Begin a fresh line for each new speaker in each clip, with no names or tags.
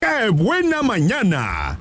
¡Qué buena mañana!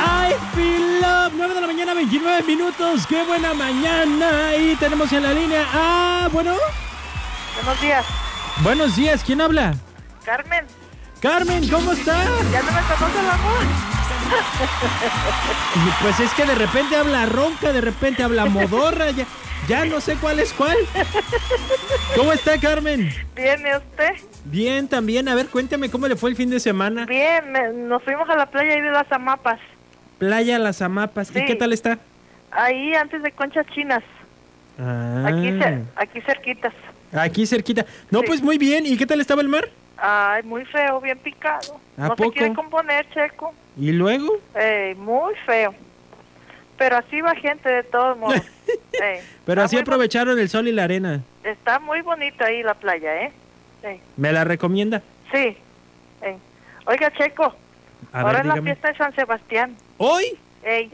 I feel love, 9 de la mañana, 29 minutos, qué buena mañana. Y tenemos en la línea Ah, bueno.
Buenos días,
Buenos días, ¿quién habla?
Carmen.
Carmen, ¿cómo está?
¿Ya no me conoce la voz?
Pues es que de repente habla ronca, de repente habla modorra, ya, ya no sé cuál es cuál. ¿Cómo está Carmen?
¿Viene usted?
Bien, también. A ver, cuéntame cómo le fue el fin de semana.
Bien, me- nos fuimos a la playa ahí de las Amapas.
Playa Las Amapas. ¿Y
Sí.
qué tal está?
Ahí antes de Conchas Chinas.
Ah,
Aquí, cer- aquí cerquitas.
aquí cerquita. No,
Sí.
pues muy bien. ¿Y qué tal estaba el mar?
Ay, muy feo, bien picado.
¿A
no
poco?
se quiere componer, Checo.
¿Y luego?
Ey, muy feo. Pero así va gente de todos modos. Ey,
Pero
está
así
muy
aprovecharon el sol y la arena.
bo- Está muy bonito ahí la playa, ¿eh? Ey,
¿Me la recomienda?
sí. Ey. Oiga, Checo,
A
ahora
ver,
es la
dígame.
fiesta de San Sebastián.
¿Hoy?
Ey,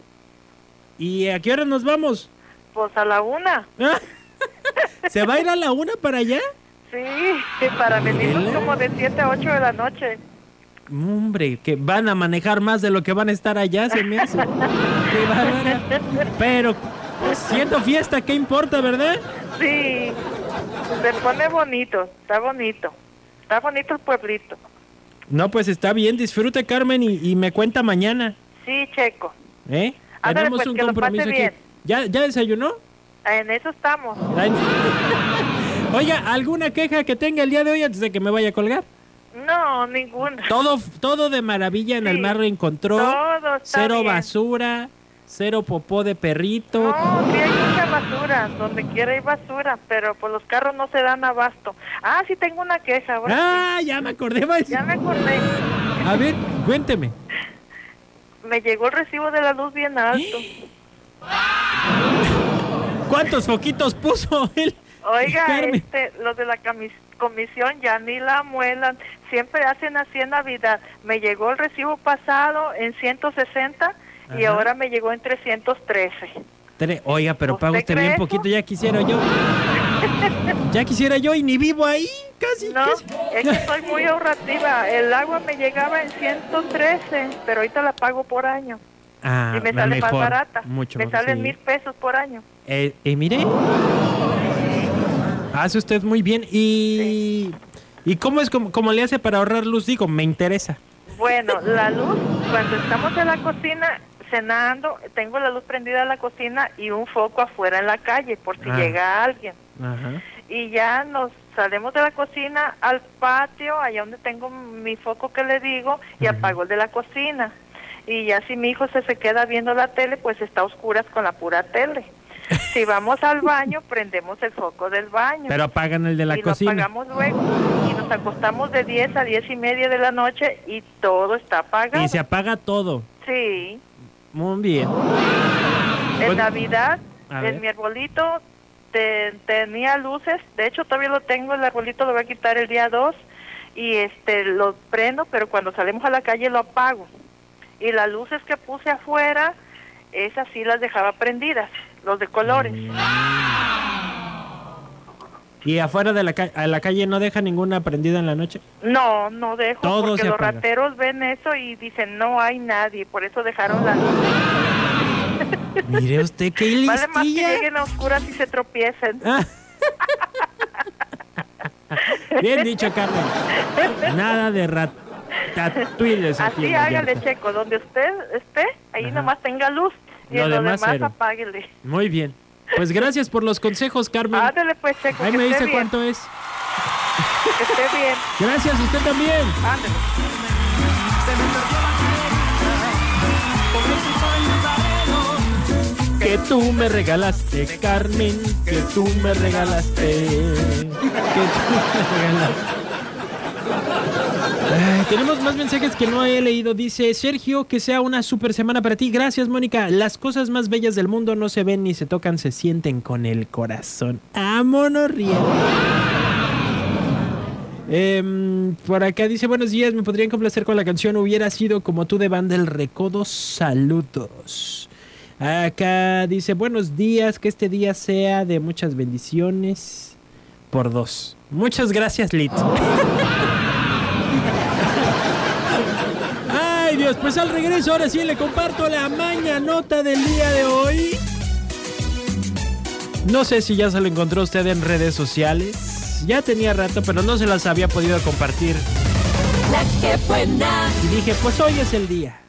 ¿Y a qué hora nos vamos?
pues a la una.
Ah, ¿Se va a ir a la una para allá?
Sí, sí, para venirnos
Vela.
como de 7 a 8 de la noche.
Hombre, que van a manejar más de lo que van a estar allá, se me hace. Qué bárbara. Pero, siendo fiesta, ¿qué importa, verdad?
Sí, se pone bonito, está bonito. Está bonito el pueblito.
No, pues está bien, disfrute, Carmen, y, y me cuenta mañana.
Sí, Checo,
¿Eh?
Ándale,
Tenemos
pues,
un
que lo
compromiso
pase
aquí.
bien.
¿Ya, ¿Ya desayunó?
en eso estamos.
Ay, Oiga, ¿alguna queja que tenga el día de hoy antes de que me vaya a colgar?
No, ninguna.
Todo, todo de maravilla en el
Sí.
mar lo encontró.
Todo está
cero
bien.
basura, cero popó de perrito.
No, sí hay mucha basura, donde quiera hay basura, pero pues los carros no se dan abasto. Ah, sí tengo una queja, ahora
ah, ya me acordé.
sí.
más.
pues Ya me acordé,
A ver, cuénteme.
me llegó el recibo de la luz bien alto.
¿Cuántos foquitos puso él?
Oiga,
Carmen.
este, los de la camis- comisión ya ni la muelan, siempre hacen así en Navidad. Me llegó el recibo pasado en 160 y
Ajá.
ahora me llegó en 313.
Tre- Oiga, pero
¿Usted
pago usted
cree
bien
eso?
poquito, ya quisiera yo. Ya quisiera yo y ni vivo ahí, casi.
No,
casi.
es que soy muy ahorrativa. El agua me llegaba en 113, pero ahorita la pago por año.
Ah,
y me sale
mejor,
más barata.
Mucho
me
mejor,
salen
sí.
mil pesos por año.
Eh, eh, mire. Hace usted muy bien. ¿Y, ¿y cómo es como, como le hace para ahorrar luz? Digo, me interesa.
Bueno, la luz, cuando estamos en la cocina cenando, tengo la luz prendida en la cocina y un foco afuera en la calle por si
Ah.
llega alguien.
Ajá.
Y ya nos salimos de la cocina al patio, allá donde tengo mi foco que le digo, y
Ujú.
apago el de la cocina. Y ya si mi hijo se, se queda viendo la tele, pues está a oscuras con la pura tele. Si vamos al baño, prendemos el foco del baño
Pero apagan el de la
y lo
cocina.
apagamos luego y nos acostamos de 10 a 10 y media de la noche y todo está apagado.
Y se apaga todo.
Sí,
Muy bien.
en
Bueno,
Navidad
a ver.
en mi arbolito te- tenía luces, de hecho todavía lo tengo, el arbolito lo voy a quitar el día 2 y este lo prendo, pero cuando salimos a la calle lo apago. Y las luces que puse afuera, esas sí las dejaba prendidas, los de colores.
Mm. Y afuera de la, ca- a la calle no deja ninguna prendida en la noche.
No, no dejo,
Todo
porque
se
los
apaga.
rateros ven eso y dicen no hay nadie, por eso dejaron la luz.
Mire usted qué
Vale más que
listilla.
lleguen a oscuras y se tropiecen.
Ah. bien dicho, Carmen. Nada de ratatuiles aquí. en
Así
la
hágale,
llanta.
Checo, donde usted esté, ahí
Ajá.
nomás tenga luz y
Lo
en lo
demás,
demás,
cero.
apáguele.
Muy bien. Pues gracias por los consejos, Carmen.
Ándale pues, Checo,
Ahí
que
me dice
esté bien,
cuánto es.
que esté bien,
Gracias, usted también.
ándale.
Se me perdió la crema, por eso soy nazareno.
que tú me regalaste, Carmen, que tú me regalaste, que tú me regalaste. Ay, tenemos más mensajes que no he leído. Dice Sergio, que sea una super semana para ti. Gracias, Mónica. Las cosas más bellas del mundo no se ven ni se tocan, se sienten con el corazón. Ah, Amono Em, por acá dice, buenos días, me podrían complacer con la canción Hubiera sido como tú de banda El Recodo, saludos. Acá dice, buenos días, que este día sea de muchas bendiciones por dos. Muchas gracias, Lit. Ay, Dios, pues al regreso ahora sí le comparto la maña nota del día de hoy. No sé si ya se lo encontró usted en redes sociales. Ya tenía rato, pero no se las había podido compartir.
La que buena.
Y dije, pues hoy es el día.